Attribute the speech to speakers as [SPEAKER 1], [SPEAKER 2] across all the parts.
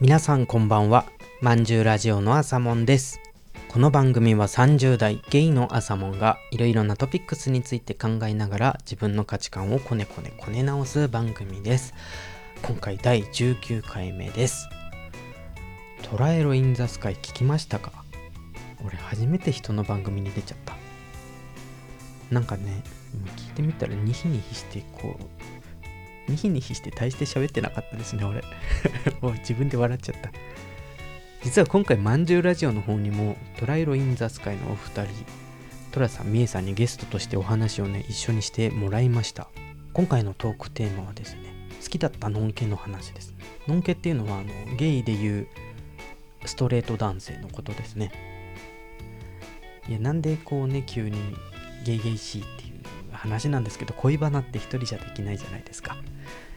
[SPEAKER 1] 皆さんこんばんはまんじゅうラジオのあさもんですこの番組は30代ゲイのあさもんがいろいろなトピックスについて考えながら自分の価値観をこねこねこね直す番組です今回第19回目ですトラエロインザスカイ聞きましたか俺初めて人の番組に出ちゃったなんかね今聞いてみたらニヒニヒしてこうニヒニヒして大して喋ってなかったですね俺もう自分で笑っちゃった実は今回まんじゅうラジオの方にもトライロインザスカイのお二人トラさんみえさんにゲストとしてお話をね一緒にしてもらいました今回のトークテーマはですね好きだったノンケの話ですノンケっていうのはあのゲイでいうストレート男性のことですねいやなんでこうね急にゲイゲイしいっていう話なんですけど恋バナって一人じゃできないじゃないですか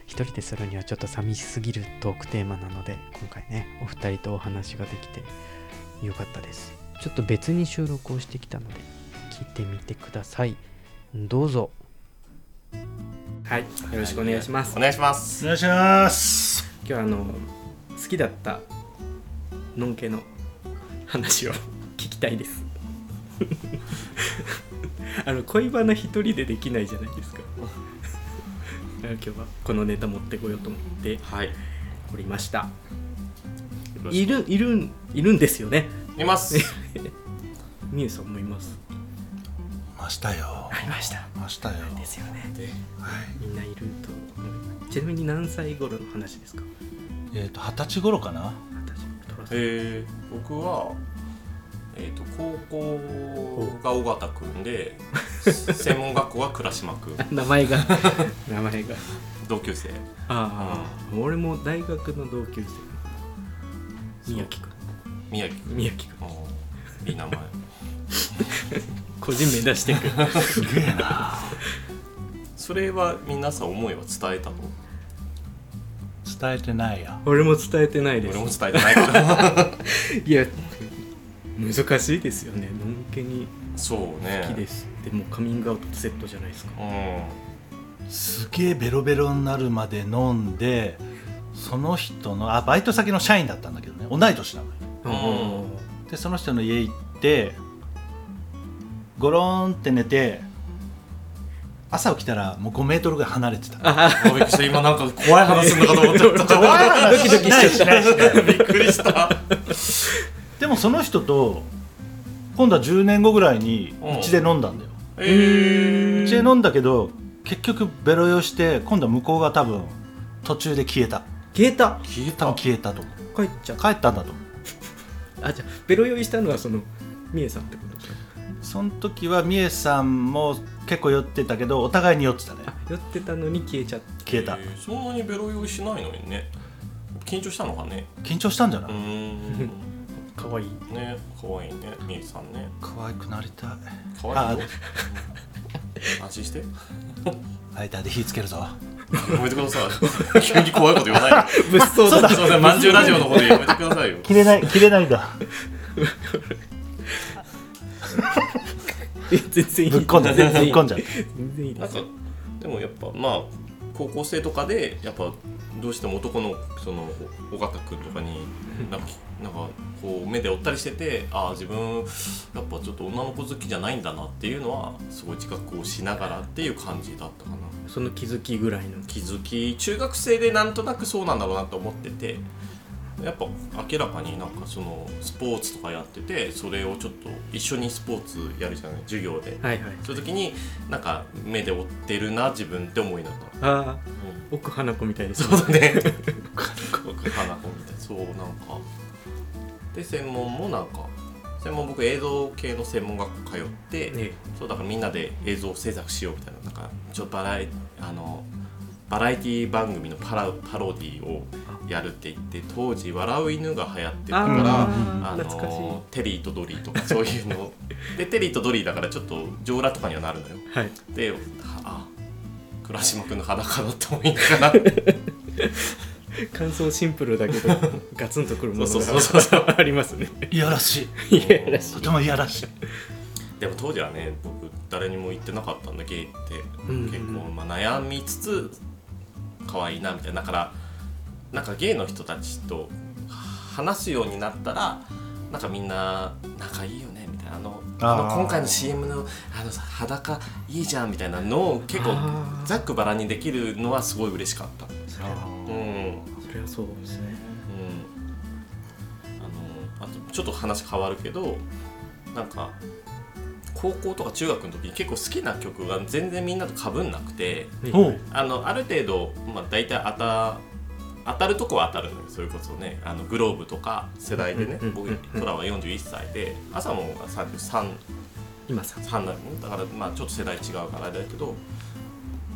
[SPEAKER 1] 一人でするにはちょっと寂しすぎるトークテーマなので今回ねお二人とお話ができてよかったですちょっと別に収録をしてきたので聞いてみてくださいどうぞはいよろしくお願いします
[SPEAKER 2] お願いします
[SPEAKER 3] お願いします
[SPEAKER 1] 今日はあの好きだったのんけの話を 聞きたいです あの恋バナ一人でできないじゃない ですかだから今日はこのネタ持ってこようと思って
[SPEAKER 2] はい
[SPEAKER 1] おりました
[SPEAKER 2] ろし
[SPEAKER 1] いるいるんいるんですよね
[SPEAKER 2] います
[SPEAKER 1] みゆさんもいます
[SPEAKER 3] ましたよ
[SPEAKER 1] いました
[SPEAKER 3] ましたよ
[SPEAKER 1] ですよね
[SPEAKER 3] はい
[SPEAKER 1] みんないると思うちなみに何歳頃の話ですか
[SPEAKER 3] えっ、と二十歳頃かな
[SPEAKER 1] 私トラさん
[SPEAKER 2] えー、僕はえっ、と高校が尾形く んで専門学校は倉島くん
[SPEAKER 1] 名前が名前が
[SPEAKER 2] 同級生
[SPEAKER 1] ああ、俺も大学の同級生宮城く
[SPEAKER 2] 宮城く
[SPEAKER 1] ん
[SPEAKER 2] ん
[SPEAKER 1] 宮城くん
[SPEAKER 2] おーいい名前
[SPEAKER 1] 個人名出してく
[SPEAKER 2] それは皆さん思いは伝えたの
[SPEAKER 3] 伝えてないや
[SPEAKER 1] 俺も伝えてないで
[SPEAKER 2] 俺も
[SPEAKER 1] す
[SPEAKER 2] 伝えてないから
[SPEAKER 1] いや難しいですよねのんけに
[SPEAKER 2] そうね
[SPEAKER 1] 好きですってもうカミングアウトとセットじゃないですか
[SPEAKER 2] う
[SPEAKER 3] すげえベロベロになるまで飲んでその人のあバイト先の社員だったんだけどね同い年なのよ
[SPEAKER 2] うん
[SPEAKER 3] でその人の家行ってゴローンって寝て朝起きたらもう5メートルぐらい離れてた
[SPEAKER 2] んあびっくりした今なんか怖い話すんのかと思っ ちゃった
[SPEAKER 3] 怖い話
[SPEAKER 1] ドキドキしちゃった
[SPEAKER 3] しないしないしない
[SPEAKER 2] びっくりした
[SPEAKER 3] でもその人と今度は10年後ぐらいに
[SPEAKER 2] うん
[SPEAKER 3] うちで飲んだんだよ
[SPEAKER 2] えー、
[SPEAKER 3] うちで飲んだけど結局ベロ酔いして今度は向こうが多分途中で消えた
[SPEAKER 1] 消えた
[SPEAKER 2] 消え
[SPEAKER 3] 多
[SPEAKER 2] た
[SPEAKER 3] 分消えたと思う
[SPEAKER 1] 帰っちゃった
[SPEAKER 3] 帰ったんだと思う
[SPEAKER 1] あじゃあベロ酔いしたのはそのみえさんってことですか
[SPEAKER 3] その時はみえさんも結構酔ってたけどお互いに酔ってたね
[SPEAKER 1] あ酔ってたのに消えちゃった
[SPEAKER 3] 消えた
[SPEAKER 2] えーそんなにベロ酔いしないのにね緊張したのかね
[SPEAKER 3] 緊張したんじゃな
[SPEAKER 2] うー
[SPEAKER 3] い
[SPEAKER 2] ん
[SPEAKER 1] 可愛い
[SPEAKER 2] ね可愛いねみえさんね
[SPEAKER 3] 可愛くなりたい
[SPEAKER 2] 可愛い
[SPEAKER 3] あ
[SPEAKER 2] よ安心して
[SPEAKER 3] 間で火つけるぞ
[SPEAKER 2] やめてください急に怖いこと言わないで
[SPEAKER 1] 物 騒
[SPEAKER 3] そ
[SPEAKER 1] だ
[SPEAKER 3] うだ
[SPEAKER 2] すいませんまんじゅうラジオの方でやめてくださいよ
[SPEAKER 3] 切れない切れないんだ
[SPEAKER 1] え全然いい
[SPEAKER 3] ぶっこんじゃうぶ
[SPEAKER 1] 全然い
[SPEAKER 3] っ
[SPEAKER 1] い
[SPEAKER 3] こんじゃう
[SPEAKER 1] 全然いい
[SPEAKER 2] な
[SPEAKER 1] で
[SPEAKER 2] ん
[SPEAKER 1] す
[SPEAKER 2] かでもやっぱまあ高校生とかでやっぱどうしても男のその尾形君とかになんかなんかこう目で追ったりしててああ自分やっぱちょっと女の子好きじゃないんだなっていうのはすごい自覚をしながらっていう感じだったかな
[SPEAKER 1] その気づきぐらいの
[SPEAKER 2] 気づき中学生でなんとなくそうなんだろうなと思っててやっぱ明らかになんかそのスポーツとかやっててそれをちょっと一緒にスポーツやるじゃない授業で
[SPEAKER 1] はいはい
[SPEAKER 2] そういう時になんか目で追ってるな自分って思いながら、
[SPEAKER 1] ああ
[SPEAKER 2] うん
[SPEAKER 1] 奥花子みたいです
[SPEAKER 2] そうだね僕花子みたいそうなんかで専門もなんか専門僕映像系の専門学校通って、
[SPEAKER 1] ね
[SPEAKER 2] そうだからみんなで映像制作しようみたいななんかちょっとバラエあのバラエティ番組のパラパロディをやるって言って当時「笑う犬」が流行ってたから
[SPEAKER 3] あ
[SPEAKER 1] ー
[SPEAKER 2] あ
[SPEAKER 1] 懐かしい
[SPEAKER 2] のテリーとドリーとかそういうのでテリーとドリーだからちょっと上裸とかにはなるのよ
[SPEAKER 1] はい
[SPEAKER 2] ではあ倉島君の裸だってもいいのかな
[SPEAKER 1] 感想シンプルだ けどガツンとくるもの
[SPEAKER 2] そうそうそう
[SPEAKER 1] が ありますね
[SPEAKER 3] いやらし
[SPEAKER 1] いやらしい
[SPEAKER 3] いとてもいやらしい
[SPEAKER 2] でも当時はね僕誰にも言ってなかったんだゲイって
[SPEAKER 1] うん
[SPEAKER 2] 結構、まあ、悩みつつ可愛いなみたいなだからなんかゲイの人たちと話すようになったらなんかみんな仲いいよねみたいなあの
[SPEAKER 3] あー
[SPEAKER 2] あの今回の CM のあのさ裸いいじゃんみたいなのを結構
[SPEAKER 4] あー
[SPEAKER 2] ざっくばらんにできるのはすごい嬉しかった。
[SPEAKER 4] それは
[SPEAKER 2] うん、う
[SPEAKER 3] あ
[SPEAKER 2] ん、
[SPEAKER 4] それはそうですね
[SPEAKER 2] あのあとちょっと話変わるけどなんか高校とか中学の時に結構好きな曲が全然みんなと被んなくて。
[SPEAKER 3] おう
[SPEAKER 2] あのある程度、まあ、大体当た当たるとこは当たるのよそれこそねあのグローブとか世代でね
[SPEAKER 4] うんうんうん
[SPEAKER 2] 僕
[SPEAKER 4] うん
[SPEAKER 2] トラは41歳で朝もが33
[SPEAKER 4] 今さ
[SPEAKER 2] 三なのだからまあちょっと世代違うからあれだけど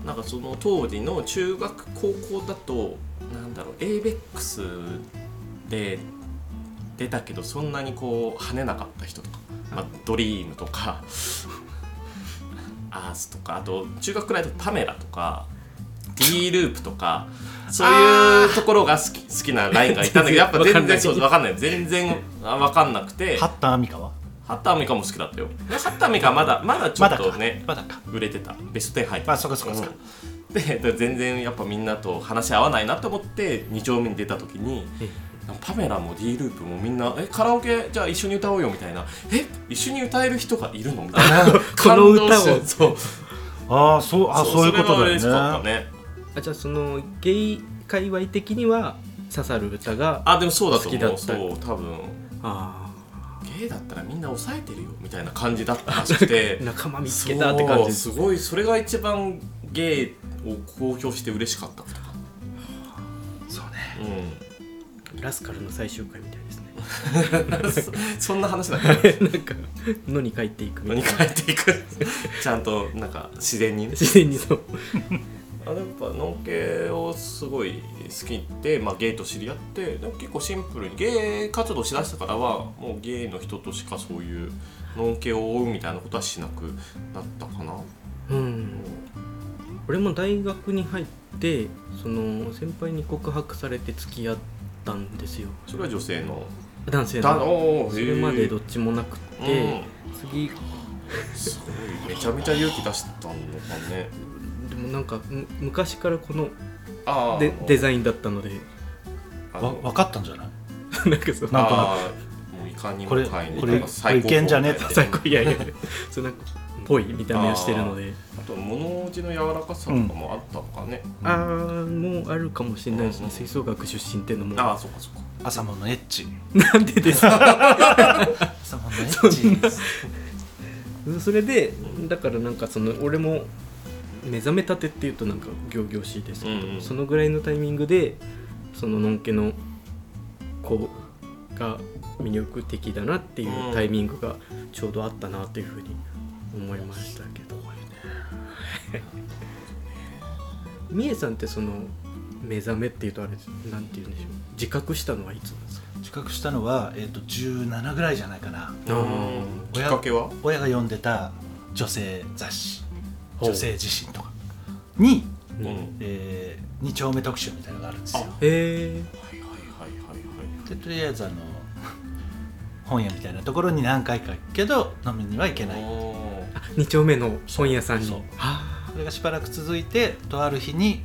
[SPEAKER 2] なんかその当時の中学高校だとなんだろう ABEX で出たけどそんなにこう跳ねなかった人とか、まあ、ドリームとか アースとかあと中学くらいだとタメラとか D ループとかそういうところが好き好きなラインがいたんだけどやっぱ全然そう分かんない全然分かんなくて
[SPEAKER 3] ハッターアミカは
[SPEAKER 2] ハッターアミカも好きだったよ。ハッターアミカはまだまだちょ
[SPEAKER 3] ま
[SPEAKER 2] っ
[SPEAKER 3] だか
[SPEAKER 2] とね、
[SPEAKER 3] まだか
[SPEAKER 2] 売れてた。ベスト10入ってた。
[SPEAKER 3] あそっかそっかそっか
[SPEAKER 2] うんで、全然やっぱみんなと話し合わないなと思って、2丁目に出た時に、パメラも D ループもみんな、え、カラオケじゃあ一緒に歌おうよみたいな、え、一緒に歌える人がいるのみた いな。
[SPEAKER 4] この歌
[SPEAKER 2] 感
[SPEAKER 4] を
[SPEAKER 2] 動してそう。
[SPEAKER 3] ああそうあそういうこと
[SPEAKER 2] そ
[SPEAKER 3] だ
[SPEAKER 2] れは嬉しか
[SPEAKER 3] よ
[SPEAKER 2] った
[SPEAKER 3] ね
[SPEAKER 2] ね。
[SPEAKER 4] あじゃあそのゲイ界隈的には刺さる歌が
[SPEAKER 2] あ、でもそうだと
[SPEAKER 4] 好きだ
[SPEAKER 2] 思
[SPEAKER 4] っ
[SPEAKER 2] う。
[SPEAKER 4] た
[SPEAKER 2] そう、多分。
[SPEAKER 4] あ
[SPEAKER 2] ゲイだったらみんな抑えてるよみたいな感じだったらしくて
[SPEAKER 4] ー仲間見つけたって感じです
[SPEAKER 2] そうすごいそれが一番ゲイを公表して嬉しかったことか
[SPEAKER 4] そうね
[SPEAKER 2] う
[SPEAKER 4] ラスカルの最終回みたいですね
[SPEAKER 2] んそそんな 話だから
[SPEAKER 4] なんか野に帰っていくみたい
[SPEAKER 2] 何
[SPEAKER 4] な
[SPEAKER 2] 変えていく ちゃんとなんか自然にね
[SPEAKER 4] 自然にそう
[SPEAKER 2] あでもやっぱノンケをすごい好きで、まあ、ゲイと知り合ってでも結構シンプルにゲイ活動しだしたからはもうゲイの人としかそういうノンケを追うみたいなことはしなくなったかな
[SPEAKER 4] うん俺も大学に入ってその先輩に告白されて付き合ったんですよ
[SPEAKER 2] それは女性の
[SPEAKER 4] 男性
[SPEAKER 2] だ
[SPEAKER 4] の
[SPEAKER 2] おー
[SPEAKER 4] それま
[SPEAKER 2] へ
[SPEAKER 4] で
[SPEAKER 2] ー
[SPEAKER 4] どっちもなくって、
[SPEAKER 2] うん
[SPEAKER 4] 次
[SPEAKER 2] すごいめちゃめちゃ勇気出したのかね
[SPEAKER 4] でもなんかむ昔からこの
[SPEAKER 2] あ
[SPEAKER 4] デデ
[SPEAKER 2] イ
[SPEAKER 4] ザインだったので
[SPEAKER 2] ン
[SPEAKER 3] わ分かったんじゃない
[SPEAKER 4] なんかその
[SPEAKER 3] なんとなく
[SPEAKER 2] もういかにも
[SPEAKER 3] これ
[SPEAKER 2] 簡易に
[SPEAKER 3] これ
[SPEAKER 2] なんか最高
[SPEAKER 3] これいけんじゃねえって
[SPEAKER 2] 峰
[SPEAKER 4] 最高いやいやそうなんかぽい見た目をしてるので
[SPEAKER 2] あと物落ちの柔らかさとかもあったのかね、
[SPEAKER 4] あーもうあるかもしれないです
[SPEAKER 2] うん
[SPEAKER 4] ね
[SPEAKER 2] うん
[SPEAKER 4] 吹奏楽出身っていうのも
[SPEAKER 2] ああそっかそっか
[SPEAKER 3] 朝もんのエッチ
[SPEAKER 4] なん でですか
[SPEAKER 3] 朝もんのエッチ
[SPEAKER 4] それでだからなんかその俺も目覚めたてっていうとなんか仰々しいですけど、
[SPEAKER 2] うんうん
[SPEAKER 4] そのぐらいのタイミングでそののんけの子が魅力的だなっていうタイミングがちょうどあったなというふうに思いましたけ ど、みえさんってその目覚めっていうとあれなんて言うんでしょう自覚したのはいつなんですか
[SPEAKER 3] 自覚したのは、えー、と17ぐらいじゃないかな
[SPEAKER 4] あー
[SPEAKER 2] うんきっかけは
[SPEAKER 3] 親が読んでた女性雑誌
[SPEAKER 4] ほう
[SPEAKER 3] 女性自身とかに、
[SPEAKER 2] うんはい
[SPEAKER 3] えー、2丁目特集みたいなのがあるんですよ
[SPEAKER 2] あ
[SPEAKER 4] え
[SPEAKER 2] はいはいはい
[SPEAKER 3] でとりあえずあの本屋みたいなところに何回か行くけど飲みには行けない
[SPEAKER 2] はい
[SPEAKER 3] こ
[SPEAKER 2] おー
[SPEAKER 4] 2丁目の本屋さんに
[SPEAKER 3] そう
[SPEAKER 4] はあ
[SPEAKER 3] れがしばらく続いてとある日に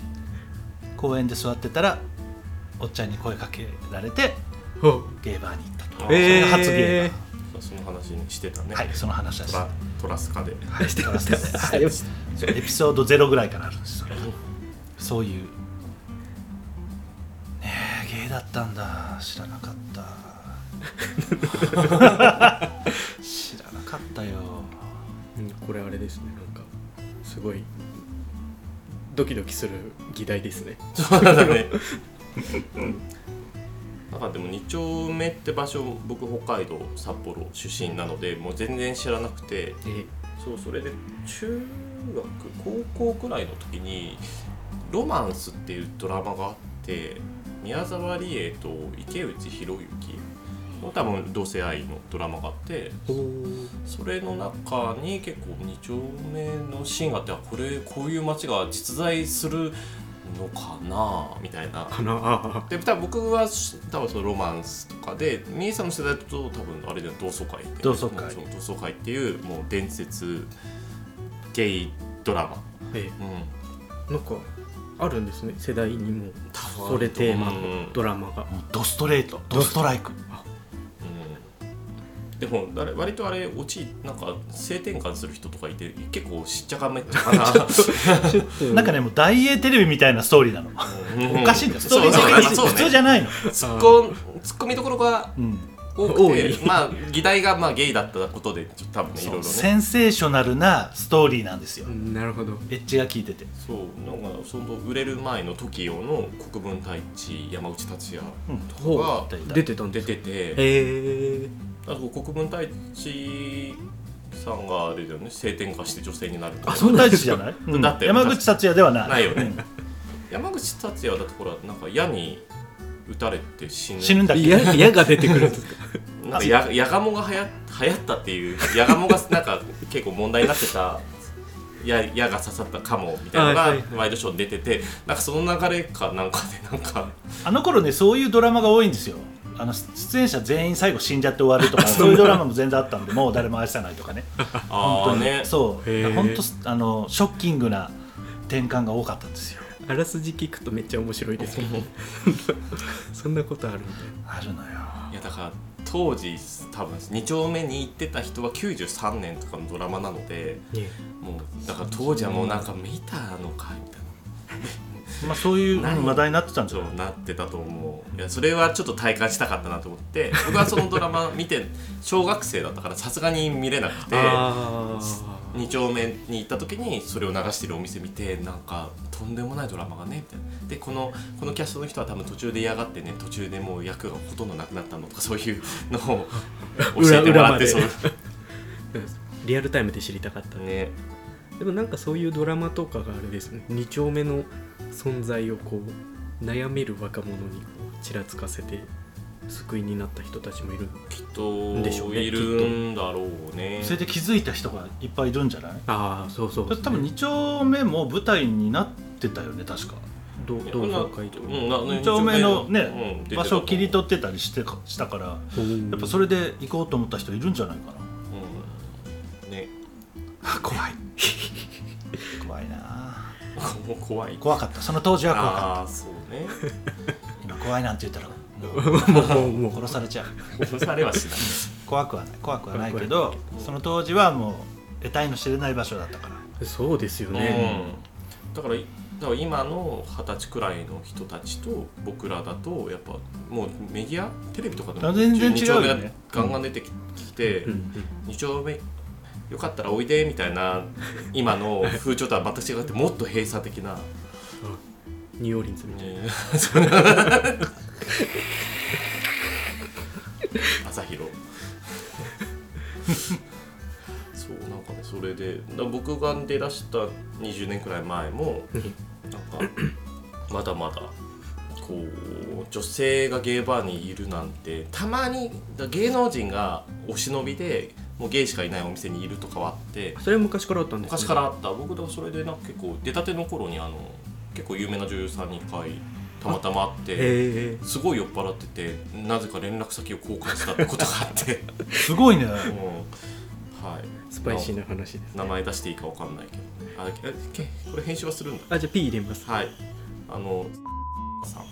[SPEAKER 3] 公園で座ってたらおっちゃんに声かけられて
[SPEAKER 4] ほう
[SPEAKER 3] ゲーバーに行ったと、
[SPEAKER 2] えー
[SPEAKER 3] それが初ゲーバ
[SPEAKER 2] その話にしてたね、
[SPEAKER 3] ーはいその話はし
[SPEAKER 2] ト
[SPEAKER 3] て
[SPEAKER 2] ラトラス カで
[SPEAKER 3] はい
[SPEAKER 4] して
[SPEAKER 3] ト
[SPEAKER 4] ま
[SPEAKER 3] ラ
[SPEAKER 4] し
[SPEAKER 3] ス
[SPEAKER 4] た
[SPEAKER 3] で
[SPEAKER 4] あよし
[SPEAKER 3] そうエピソードゼロぐらいからあるんですよそういうねえゲイだったんだ知らなかった知らなかったよ
[SPEAKER 4] うんこれあれですねなんかすごいドキドキする議題ですね
[SPEAKER 2] そうだね。なんかでも二丁目って場所僕北海道札幌出身なのでもう全然知らなくて
[SPEAKER 4] え
[SPEAKER 2] そうそれで中学高校くらいの時に「ロマンス」っていうドラマがあって宮沢りえと池内博之の多分同性愛のドラマがあって
[SPEAKER 4] おー
[SPEAKER 2] それの中に結構2丁目のシーンがあってあこれこういう街が実在するのかなみたいな。
[SPEAKER 4] かなあ
[SPEAKER 2] で多分僕は多分そのロマンスとかでみーさんの世代だと多分あれだよ同窓会って
[SPEAKER 3] 同窓会
[SPEAKER 2] そう同窓会っていうもう伝説ゲイドラマ、
[SPEAKER 4] え
[SPEAKER 2] うん、
[SPEAKER 4] なんかあるんですね世代にも
[SPEAKER 2] 多分
[SPEAKER 4] それテーマ
[SPEAKER 2] うん
[SPEAKER 4] のドラマが
[SPEAKER 3] もうドストレートドストライク
[SPEAKER 2] うんでも誰割とあれ落ちなんか性転換する人とかいて結構しっちゃかめっちゃかな
[SPEAKER 3] なんかねもう大英テレビみたいなストーリーなのおかしいんだよストーリー
[SPEAKER 2] そうそう
[SPEAKER 3] が
[SPEAKER 2] そう
[SPEAKER 3] 普通
[SPEAKER 2] ね
[SPEAKER 3] じゃないの
[SPEAKER 2] ツッコンツッコミどころが
[SPEAKER 3] うん
[SPEAKER 2] 多く
[SPEAKER 4] 多
[SPEAKER 2] て
[SPEAKER 4] い
[SPEAKER 2] まあ議題がまあゲイだったことでちょっと多分ねい
[SPEAKER 3] そ
[SPEAKER 2] ろいろ
[SPEAKER 3] う
[SPEAKER 2] ね
[SPEAKER 3] センセーショナルなストーリーなんですよ
[SPEAKER 4] うんなるほど
[SPEAKER 3] エッジが効いてて
[SPEAKER 2] そうなんかその売れる前の TOKIO の国分太一山内達也
[SPEAKER 4] ほ
[SPEAKER 2] が
[SPEAKER 3] う
[SPEAKER 4] 出てたんで
[SPEAKER 2] 出て
[SPEAKER 4] す
[SPEAKER 2] て
[SPEAKER 4] へえ
[SPEAKER 2] あと国分太一さんがあれだよね性転換して女性になるとか
[SPEAKER 4] あそう
[SPEAKER 3] そ
[SPEAKER 4] なん
[SPEAKER 3] 大
[SPEAKER 4] んで
[SPEAKER 3] 事
[SPEAKER 4] す
[SPEAKER 3] じ
[SPEAKER 4] か
[SPEAKER 3] ゃない、うん
[SPEAKER 2] だって
[SPEAKER 3] 山口達也ではない
[SPEAKER 2] ないよね山口達也だとほらなんか矢に撃たれて死ぬ
[SPEAKER 3] 死ぬんだっけ
[SPEAKER 4] 嫌嫌が出てくるんですか
[SPEAKER 2] なんかややがもがはや流行ったっていうやがもが なんか結構問題になってたや矢が刺さったかもみたいなの
[SPEAKER 4] あ
[SPEAKER 2] が
[SPEAKER 4] はいはい
[SPEAKER 2] ワイドショーに出ててなんかその流れかなんかでなんか
[SPEAKER 3] あの頃ねそういうドラマが多いんですよあの出演者全員最後死んじゃって終わるとかそういうドラマも全然あったんでもう誰も愛さないとかね
[SPEAKER 2] ああね
[SPEAKER 3] そう
[SPEAKER 4] へー
[SPEAKER 3] 本当あのショッキングな転換が多かったんですよ
[SPEAKER 4] あらすじ聞くとめっちゃ面白いですけど そんなことあるんだ
[SPEAKER 3] あるのよ
[SPEAKER 2] いやだから当時多分2丁目に行ってた人は93年とかのドラマなので
[SPEAKER 4] ね
[SPEAKER 2] もうだから当時はもうなんか見たのかみたいな
[SPEAKER 3] まあそういう
[SPEAKER 2] ない
[SPEAKER 3] うん話題になってたんです
[SPEAKER 2] そ
[SPEAKER 3] よ
[SPEAKER 2] うなってたと思ういやそれはちょっと体感したかったなと思って僕はそのドラマ見て小学生だったからさすがに見れなくて
[SPEAKER 4] あー
[SPEAKER 2] 2丁目に行った時にそれを流してるお店見てなんかとんでもないドラマがねみたいなでこのこのキャストの人は多分途中で嫌がってね途中でもう役がほとんどなくなったのとかそういうのを教えてもらって
[SPEAKER 4] 裏裏まで
[SPEAKER 2] そう
[SPEAKER 4] リアルタイムで知りたかった
[SPEAKER 2] ね
[SPEAKER 4] でもなんかそういうドラマとかがあれですね2丁目の存在をこう悩める若者にこうちらつかせて救いになった人たちもいる
[SPEAKER 2] きっと
[SPEAKER 4] でしょうね
[SPEAKER 2] いるんだろうね
[SPEAKER 3] それで気づいた人がいっぱいいるんじゃない
[SPEAKER 4] ああそうそう
[SPEAKER 3] だって多分2丁目も舞台になってたよね確か
[SPEAKER 4] どう
[SPEAKER 2] いや
[SPEAKER 4] どう
[SPEAKER 2] な
[SPEAKER 4] ぞ回答
[SPEAKER 2] うんな
[SPEAKER 3] 2丁目の
[SPEAKER 2] うん
[SPEAKER 3] ね
[SPEAKER 2] 出てた
[SPEAKER 3] 場所を切り取ってたりしてかしたからやっぱそれで行こうと思った人いるんじゃないかな
[SPEAKER 2] うんね
[SPEAKER 3] 怖い怖いな
[SPEAKER 2] もう怖い
[SPEAKER 3] 怖かったその当時は怖かった
[SPEAKER 2] ああそうね
[SPEAKER 3] 今怖いなんて言ったらも
[SPEAKER 4] もうも
[SPEAKER 3] う
[SPEAKER 4] う
[SPEAKER 3] 殺されちゃう
[SPEAKER 2] 殺されはしない
[SPEAKER 3] 怖くはない怖くはないけどその当時はもう得体の知れない場所だったから
[SPEAKER 4] そうですよね、
[SPEAKER 2] うん、だからいだから今の二十歳くらいの人たちと僕らだとやっぱもうメディアテレビとかでも
[SPEAKER 3] あ全然
[SPEAKER 2] 二
[SPEAKER 3] 違う
[SPEAKER 2] 丁
[SPEAKER 3] よね
[SPEAKER 2] 目がガンガン出てきて、
[SPEAKER 4] うん
[SPEAKER 2] 二丁目よかったらおいでみたいな今の風潮とは全く違ってもっと閉鎖的な、
[SPEAKER 4] ニューオーリンズみたいな、
[SPEAKER 2] ね、 朝広 そうなんかねそれでだから僕が出だした20年くらい前もなんかまだまだこう女性がゲイバーにいるなんてたまにだ芸能人がお忍びでもうゲイしかいないお店にいるとかはあって
[SPEAKER 4] それは昔からあったんですね
[SPEAKER 2] 昔からあった僕だからそれでなんか結構出たての頃にあの結構有名な女優さんに一回たまたま会って。
[SPEAKER 4] え
[SPEAKER 2] すごい酔っ払っててなぜか連絡先を交換したってことがあって、
[SPEAKER 3] すごいね
[SPEAKER 2] うんはい、
[SPEAKER 4] ー、スパイシーな話です
[SPEAKER 2] 名前出していいかわかんないけどあえけこれ編集はするんだ
[SPEAKER 4] あじゃあ P 入れます、
[SPEAKER 2] はい。あの、さん。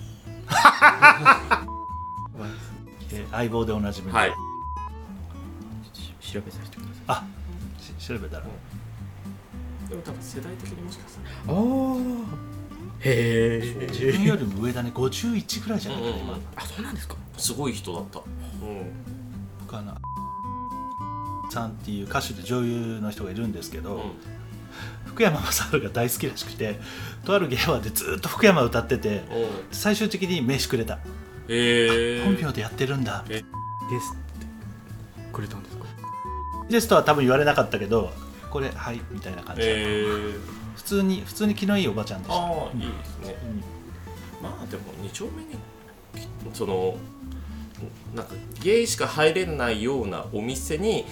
[SPEAKER 3] えー相棒でおなじみの
[SPEAKER 2] はい。
[SPEAKER 4] し調べさせてください
[SPEAKER 3] あし調べたら
[SPEAKER 2] でも多分世代的にもしかしたら。
[SPEAKER 4] ああへ
[SPEAKER 3] 自分
[SPEAKER 4] え
[SPEAKER 3] よりも上だね51ぐらいじゃないかな今
[SPEAKER 4] あそうなんですか
[SPEAKER 2] すごい人だった。うん。
[SPEAKER 3] 僕あのさんっていう歌手で女優の人がいるんですけど、福山雅治が大好きらしくてとあるゲーバーでずっと福山歌ってて
[SPEAKER 2] うん。
[SPEAKER 3] 最終的に名刺くれた、
[SPEAKER 2] ええ。
[SPEAKER 3] 本名でやってるんだ
[SPEAKER 4] ですってくれたんですか
[SPEAKER 3] ですとは多分言われなかったけどこれはいみたいな感じ、
[SPEAKER 2] ええ。
[SPEAKER 3] 普通に普通に気のいいおばちゃんでした
[SPEAKER 2] ああ、いいですね。
[SPEAKER 3] うん
[SPEAKER 2] まあでも二丁目にそのなんかゲイしか入れないようなお店に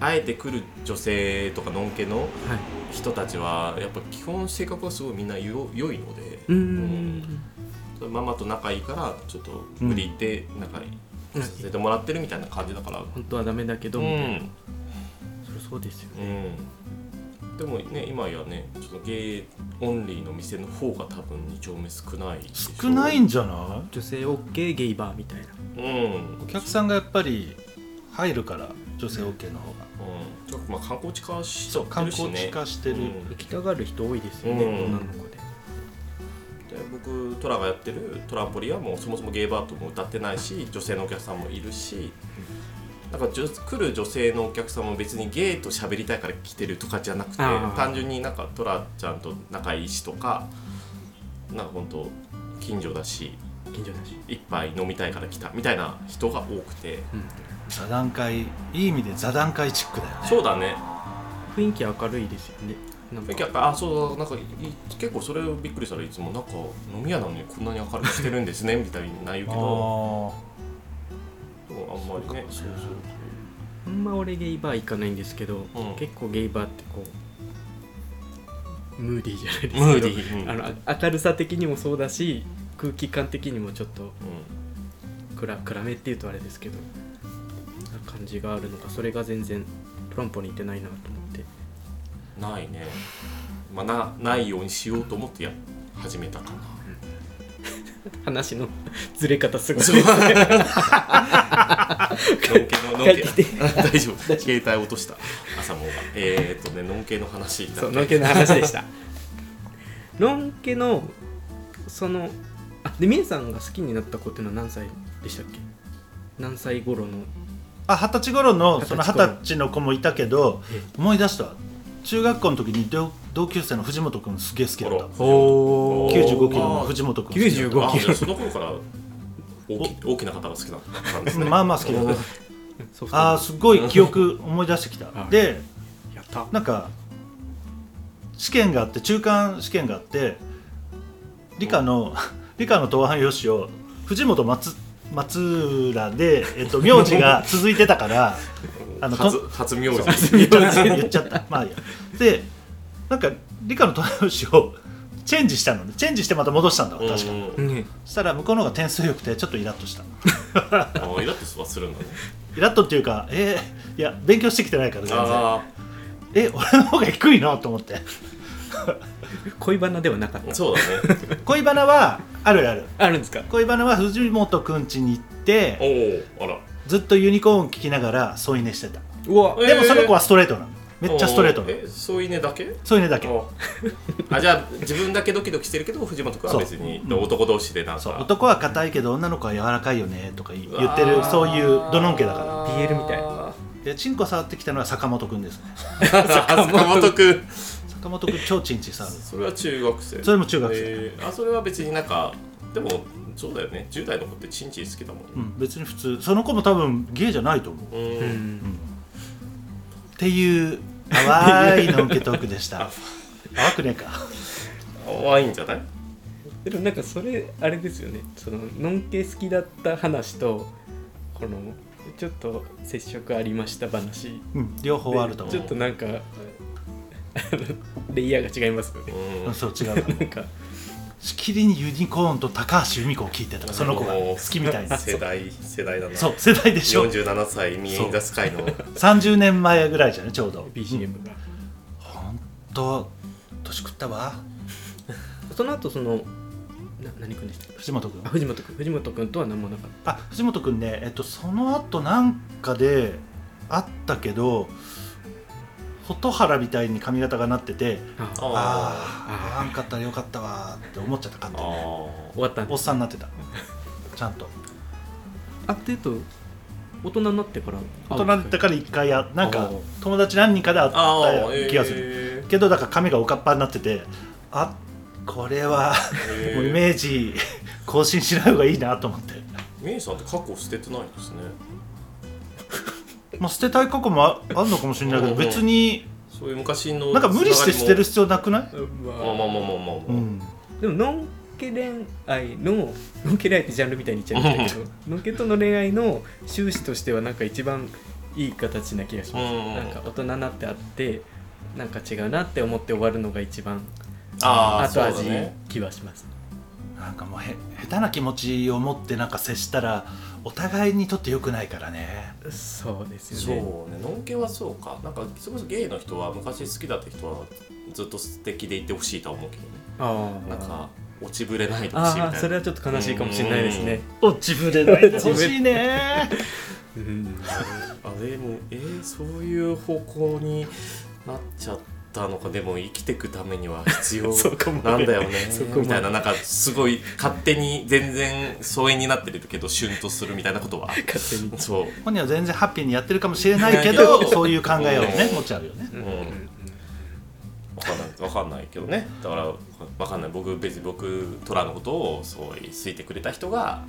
[SPEAKER 2] あえて来る女性とかのんけの
[SPEAKER 4] はい
[SPEAKER 2] 人たちはやっぱ基本性格がすごいみんなよ良いので、
[SPEAKER 4] うーん
[SPEAKER 2] ママと仲いいからちょっと無理言って仲いいさせてもらってるみたいな感じだから
[SPEAKER 4] 本当はダメだけど、
[SPEAKER 2] うん
[SPEAKER 4] そりゃそうですよ
[SPEAKER 2] う
[SPEAKER 4] ね
[SPEAKER 2] んでもね今やねちょっとゲイオンリーの店の方が多分2丁目少ないでしょ
[SPEAKER 3] 少ないんじゃな
[SPEAKER 4] 女性 OK ゲイバーみたいな
[SPEAKER 2] うん
[SPEAKER 3] いお客さんがやっぱり入るから女性 OK の方が、
[SPEAKER 2] うん、ちょっとまあ観光地化しちゃ
[SPEAKER 3] そう
[SPEAKER 2] って
[SPEAKER 3] 観
[SPEAKER 2] るし
[SPEAKER 3] 光地
[SPEAKER 2] ね。
[SPEAKER 3] 化してる、
[SPEAKER 2] うん
[SPEAKER 4] 行きたがる人多いですよね、
[SPEAKER 2] うん
[SPEAKER 4] 女の子で
[SPEAKER 2] で僕トラがやってるトランポリンはもうそもそもゲイバーとも歌ってないし女性のお客さんもいるし、なんかじょ来る女性のお客さんも別にゲイと喋りたいから来てるとかじゃなくて
[SPEAKER 4] あー
[SPEAKER 2] 単純になんかトラちゃんと仲いいしとかなんか本当近所だし
[SPEAKER 4] 近所だし、
[SPEAKER 2] 一杯飲みたいから来たみたいな人が多くて
[SPEAKER 4] うん、
[SPEAKER 3] 座談会いい意味で座談会チックだよね
[SPEAKER 2] そうだね
[SPEAKER 4] 雰囲気明るいですよねなんか
[SPEAKER 2] やっぱあそうなんかい結構それをびっくりしたらいつもなんか飲み屋なのにこんなに明るくしてるんですねみたいな言うけど
[SPEAKER 3] あ
[SPEAKER 2] でもあんまりねそうそう
[SPEAKER 4] あんま俺ゲイバー行かないんですけど、
[SPEAKER 2] うん
[SPEAKER 4] 結構ゲイバーってこうムーディーじゃないですけど
[SPEAKER 2] ムーディー、うん
[SPEAKER 4] あのあ明るさ的にもそうだし空気感的にもちょっと
[SPEAKER 2] う
[SPEAKER 4] 暗暗めっていうとあれですけどな感じがあるのかそれが全然トランポに行ってないなと思って
[SPEAKER 2] ん、ないね、まあ、なないようにしようと思ってや始めたかな
[SPEAKER 4] 話のずれ方すごいですね
[SPEAKER 2] のんけののんけ
[SPEAKER 4] 帰って
[SPEAKER 2] 大丈夫携帯落とした朝もがえー、っとねのんけの話だった
[SPEAKER 4] そうのんけの話で したのんけのそのあでみえさんが好きになった子っていうのは何歳でしたっけ何歳頃の
[SPEAKER 3] あ二十歳頃のその
[SPEAKER 4] 二十
[SPEAKER 3] 二
[SPEAKER 4] 歳頃
[SPEAKER 3] 十歳の子もいたけど
[SPEAKER 4] え
[SPEAKER 3] 思い出した中学校の時に同同級生の藤本君すげえ好きだった
[SPEAKER 2] あら
[SPEAKER 4] ほ
[SPEAKER 2] ー
[SPEAKER 3] 95キロの藤本君
[SPEAKER 4] 95キロ
[SPEAKER 2] あじゃあその頃から大き大きな方が好きだったんですね
[SPEAKER 3] まあまあ好きだった
[SPEAKER 4] ソフト
[SPEAKER 3] あーすごい記憶思い出してきた、
[SPEAKER 4] はい
[SPEAKER 3] で
[SPEAKER 4] やった
[SPEAKER 3] なんか試験があって中間試験があって理科の 理科の答案用紙を藤本松松浦で、えっと、名字 が続いてたからあの
[SPEAKER 2] 初初名字
[SPEAKER 3] 言っちゃった言っちゃった まあいいやでなんか理科の答案用紙をチェンジしたのねチェンジしてまた戻したんだわ確か
[SPEAKER 2] う
[SPEAKER 3] に
[SPEAKER 2] ん
[SPEAKER 4] ね
[SPEAKER 3] そしたら向こうの方が点数良くてちょっとイラッとした
[SPEAKER 2] あイラッとするんだね。
[SPEAKER 3] イラッとっていうかえーいや勉強してきてないから全然
[SPEAKER 2] あ
[SPEAKER 3] え俺の方が低いなと思って
[SPEAKER 4] 恋バナではなかっ
[SPEAKER 2] あ、
[SPEAKER 4] た
[SPEAKER 2] そうだね。
[SPEAKER 3] 恋バナはあるある
[SPEAKER 4] あるんですか
[SPEAKER 3] 恋バナは藤本くん家に行っ
[SPEAKER 2] お
[SPEAKER 3] て
[SPEAKER 2] お、あら。
[SPEAKER 3] ずっとユニコーン聞きながら添い寝してた
[SPEAKER 4] うわ
[SPEAKER 2] え
[SPEAKER 3] でもその子はストレートなのめっちゃストレート
[SPEAKER 2] お
[SPEAKER 3] なの
[SPEAKER 2] え、そういうねだけ？
[SPEAKER 3] 添い寝だけ
[SPEAKER 2] ああ、じゃあ自分だけドキドキしてるけど藤本君は別に
[SPEAKER 3] そう
[SPEAKER 2] 男同士でなん
[SPEAKER 3] そう
[SPEAKER 2] か。
[SPEAKER 3] 男は硬いけど女の子は柔らかいよねとか言
[SPEAKER 2] うわ
[SPEAKER 3] 言ってるそういうドノン家だか
[SPEAKER 4] BL みたい な。
[SPEAKER 3] らでチンコ触ってきたのは坂本くんですね
[SPEAKER 2] 坂本君。
[SPEAKER 3] 坂本くん超チンチン触る
[SPEAKER 2] それは中学生。
[SPEAKER 3] それも中学生
[SPEAKER 2] えーあ、それは別になんかでもそうだよね。10代の子ってチンチン好きだもん
[SPEAKER 3] う
[SPEAKER 2] ね。
[SPEAKER 3] ん別に普通その子も多分ゲイじゃないと思う
[SPEAKER 2] う。
[SPEAKER 4] うんん
[SPEAKER 3] っていう淡いのんけトークでした淡くねえか
[SPEAKER 2] ワインじゃない？
[SPEAKER 4] でもなんかそれあれですよねそののんけ好きだった話とこのちょっと接触ありました話で
[SPEAKER 3] うん両方あると思
[SPEAKER 4] ちょっとなんかあのレイヤーが違いますよね
[SPEAKER 2] う
[SPEAKER 3] ううんん。そう違う
[SPEAKER 4] なんか
[SPEAKER 3] しきりにユニコーンと高橋由美子を聞いてたその子が好きみたいな
[SPEAKER 2] 世代世代だな。
[SPEAKER 3] そう世代でしょ
[SPEAKER 2] 47歳ミーダス会の
[SPEAKER 3] 30年前ぐらいじゃねちょうど
[SPEAKER 4] BGM が、
[SPEAKER 3] 本当年食ったわ
[SPEAKER 4] その後そのな何君でした
[SPEAKER 3] 藤本君
[SPEAKER 4] あ藤本君藤本君とは何もなかっ
[SPEAKER 3] あ藤本君ねえっとその後なんかであったけど蛍原みたいに髪型がなってて
[SPEAKER 4] たあ
[SPEAKER 2] あ
[SPEAKER 3] あああんかったらよかったわーって思っちゃったかっ
[SPEAKER 2] あ
[SPEAKER 3] た
[SPEAKER 2] あ
[SPEAKER 4] 終わったん
[SPEAKER 3] お
[SPEAKER 4] で
[SPEAKER 3] っ
[SPEAKER 4] す
[SPEAKER 3] さんになってたちゃんと
[SPEAKER 4] あっていうと大人になってから
[SPEAKER 3] 大人だったから一回やなん
[SPEAKER 4] あ
[SPEAKER 3] か
[SPEAKER 4] ー
[SPEAKER 3] 友達何人かで会っ
[SPEAKER 2] ああ、
[SPEAKER 3] た気がする
[SPEAKER 2] る。
[SPEAKER 3] けどだから髪がおかっぱになっててあこれは
[SPEAKER 2] へー
[SPEAKER 3] もうイメージ更新しない方がいいなと思って
[SPEAKER 2] メイさんって過去を捨ててないんですね。
[SPEAKER 3] まあ捨てたい過去もああるのかもしれないけ
[SPEAKER 2] う
[SPEAKER 3] ど
[SPEAKER 2] んうん
[SPEAKER 3] 別に
[SPEAKER 2] そういう昔の。
[SPEAKER 3] なんか無理して捨てる。必要なくない、
[SPEAKER 4] ま
[SPEAKER 2] まあまあまあまあまあ。
[SPEAKER 3] うん、
[SPEAKER 4] でものんけ恋愛ののんけ恋愛ってジャンルみたいに言っちゃいましたけどのんけとの恋愛の終始としてはなんか一番いい形な気がします、
[SPEAKER 2] うん
[SPEAKER 4] なんか大人になってあってなんか違うなって思って終わるのが一番
[SPEAKER 2] ああ、そ
[SPEAKER 4] 後
[SPEAKER 2] うだ
[SPEAKER 4] 味いい
[SPEAKER 2] ね。
[SPEAKER 4] 気はします、
[SPEAKER 3] なんかもうへ下手な気持ちを持ってなんか接したらお互いにとって良くないからね
[SPEAKER 1] そうです
[SPEAKER 2] そ
[SPEAKER 1] よ
[SPEAKER 2] う
[SPEAKER 1] ね
[SPEAKER 2] ねノンケはそうかなんかそれこそゲイの人は昔好きだった人はずっと素敵でいてほしいとは思うけどね
[SPEAKER 1] ああ
[SPEAKER 2] なんか落ちぶれないでほしいみたい
[SPEAKER 1] あ
[SPEAKER 2] な
[SPEAKER 1] あそれはちょっと悲しいかもしれないですね
[SPEAKER 3] 落ちぶれないでほしいね
[SPEAKER 1] うん
[SPEAKER 2] あでもえーそういう方向になっちゃったのかでも生きていくためには必 要
[SPEAKER 1] そこまで
[SPEAKER 2] なんだよね
[SPEAKER 1] そこまで
[SPEAKER 2] みたいななんかすごい勝手に全然疎遠になってるけどシュンとするみたい なことは
[SPEAKER 1] 勝手に
[SPEAKER 2] そう
[SPEAKER 3] 本人は全然ハッピーにやってるかもしれないけどそういう考えをね持っちゃうよね
[SPEAKER 1] うん
[SPEAKER 2] ん
[SPEAKER 1] うん
[SPEAKER 2] わかんないわかんないけどねだからわかんない僕別に僕トラのことをそう好いてくれた人が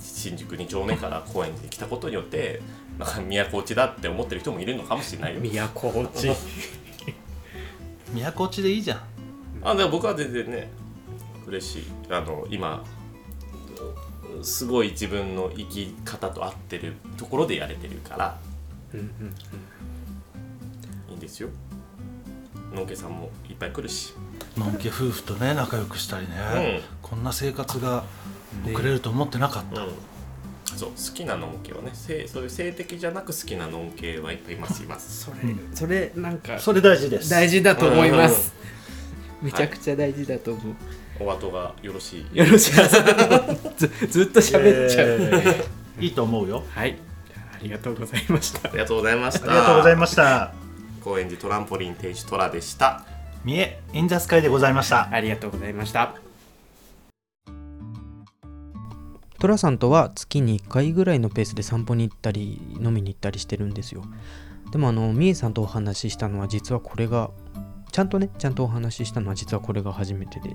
[SPEAKER 2] 新宿2丁目から高円寺に来たことによってなんか都落ちだって思ってる人もいるのかもしれないよ
[SPEAKER 1] 都落ち
[SPEAKER 3] 都落ちでいいじゃん
[SPEAKER 2] あでも僕は全然ね嬉しいあの今すごい自分の生き方と合ってるところでやれてるから
[SPEAKER 1] うんうん
[SPEAKER 2] いいんですよのんけさんもいっぱい来るし
[SPEAKER 3] のんけ夫婦とね仲良くしたりね、こんな生活が
[SPEAKER 1] うん
[SPEAKER 3] 送れると思ってなかっ
[SPEAKER 2] う
[SPEAKER 3] た、
[SPEAKER 2] ん、そう好きなのんけはね性そういう性的じゃなく好きなのんけはいっぱいいますいます
[SPEAKER 1] それ
[SPEAKER 3] うん
[SPEAKER 1] それなんか
[SPEAKER 3] それ大事です
[SPEAKER 1] 大事だと思います
[SPEAKER 2] ん
[SPEAKER 1] めちゃくちゃ大事だと思う
[SPEAKER 2] お後がよろしい
[SPEAKER 1] よろしくお願いしますずずっと喋っちゃう
[SPEAKER 3] えーいいと思うよ
[SPEAKER 1] はいありがとうございました
[SPEAKER 2] ありがとうございまし
[SPEAKER 3] あ
[SPEAKER 2] た
[SPEAKER 3] りがとうござい
[SPEAKER 2] ま
[SPEAKER 3] ました
[SPEAKER 2] す高円寺トランポリン店主トラでした
[SPEAKER 3] 三重インザスカイでございました
[SPEAKER 1] ありがとうございました。トラさんとは月に1回ぐらいのペースで散歩に行ったり飲みに行ったりしてるんですよ。でもあの、みえさんとお話ししたのは実はこれが、ちゃんとね、ちゃんとお話ししたのは実はこれが初めてで、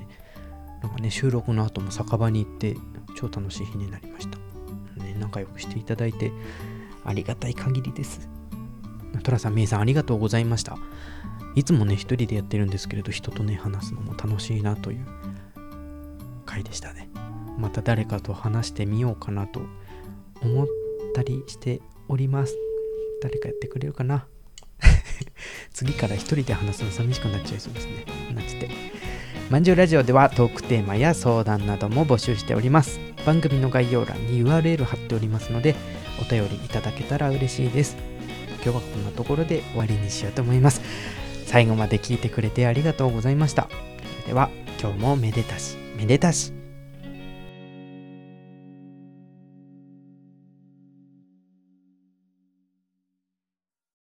[SPEAKER 1] なんかね、収録の後も酒場に行って超楽しい日になりました。ね、仲良くしていただいてありがたい限りです。トラさん、みえさんありがとうございました。いつもね、一人でやってるんですけれど、人とね、話すのも楽しいなという回でしたね。また誰かと話してみようかなと思ったりしております。誰かやってくれるかな 次から一人で話すの寂しくなっちゃいそうですね。なんつって。まんじゅうラジオではトークテーマや相談なども募集しております。番組の概要欄に URL 貼っておりますので、お便りいただけたら嬉しいです。今日はこんなところで終わりにしようと思います。最後まで聞いてくれてありがとうございました。それでは今日もめでたしめでたし